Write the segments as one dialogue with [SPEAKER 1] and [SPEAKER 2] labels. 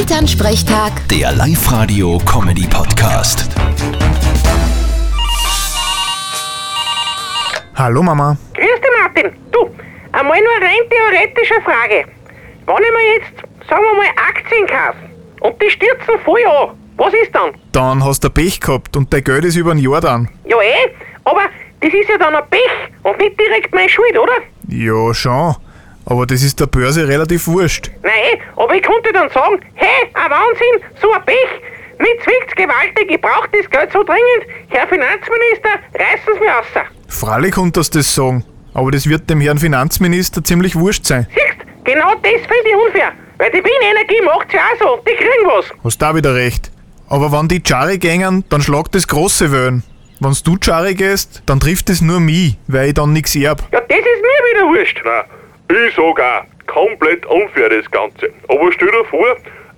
[SPEAKER 1] Elternsprechtag,
[SPEAKER 2] Der Live-Radio-Comedy-Podcast.
[SPEAKER 3] Hallo Mama.
[SPEAKER 4] Grüß dich, Martin. Du, einmal nur rein theoretische Frage. Wenn ich mir jetzt, sagen wir mal, Aktien kaufe und die stürzen voll an, was ist dann?
[SPEAKER 3] Dann hast du Pech gehabt und dein Geld ist über ein Jahr dann.
[SPEAKER 4] Ja, eh, aber das ist ja dann ein Pech und nicht direkt meine Schuld, oder?
[SPEAKER 3] Ja, schon. Aber das ist der Börse relativ wurscht.
[SPEAKER 4] Nein, eh, aber ich konnte dann sagen, hey, ein Wahnsinn, so ein Pech. Mich zwickt's gewaltig, ich brauch das Geld so dringend. Herr Finanzminister, reißen Sie mich raus.
[SPEAKER 3] Freilich konntest du das sagen. Aber das wird dem Herrn Finanzminister ziemlich wurscht sein.
[SPEAKER 4] Siehst, genau das finde ich unfair. Weil die Wien Energie macht's ja auch so und die kriegen was.
[SPEAKER 3] Hast da wieder recht. Aber wenn die Charre gängen, dann schlagt das große Wellen. Wenn du Charre gehst, dann trifft es nur mich, weil ich dann nix erb.
[SPEAKER 4] Ja, das ist mir wieder wurscht.
[SPEAKER 5] Na, ich sag auch, komplett unfair das Ganze. Aber stell dir vor,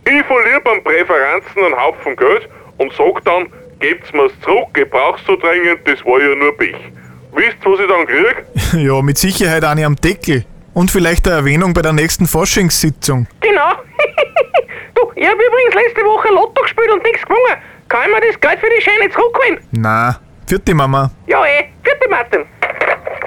[SPEAKER 5] ich verliere beim Präferenzen einen Haufen Geld und sag dann, gebt's mir's zurück, ich brauch's so dringend, das war ja nur Pech. Wisst, was ich dann krieg?
[SPEAKER 3] ja, mit Sicherheit eine am Deckel. Und vielleicht eine Erwähnung bei der nächsten Forschungssitzung.
[SPEAKER 4] Genau. du, ich habe übrigens letzte Woche Lotto gespielt und nichts gewonnen. Kann ich mir das Geld für die Scheine zurückholen?
[SPEAKER 3] Na, vierte Mama.
[SPEAKER 4] Ja, eh. Vierte Martin.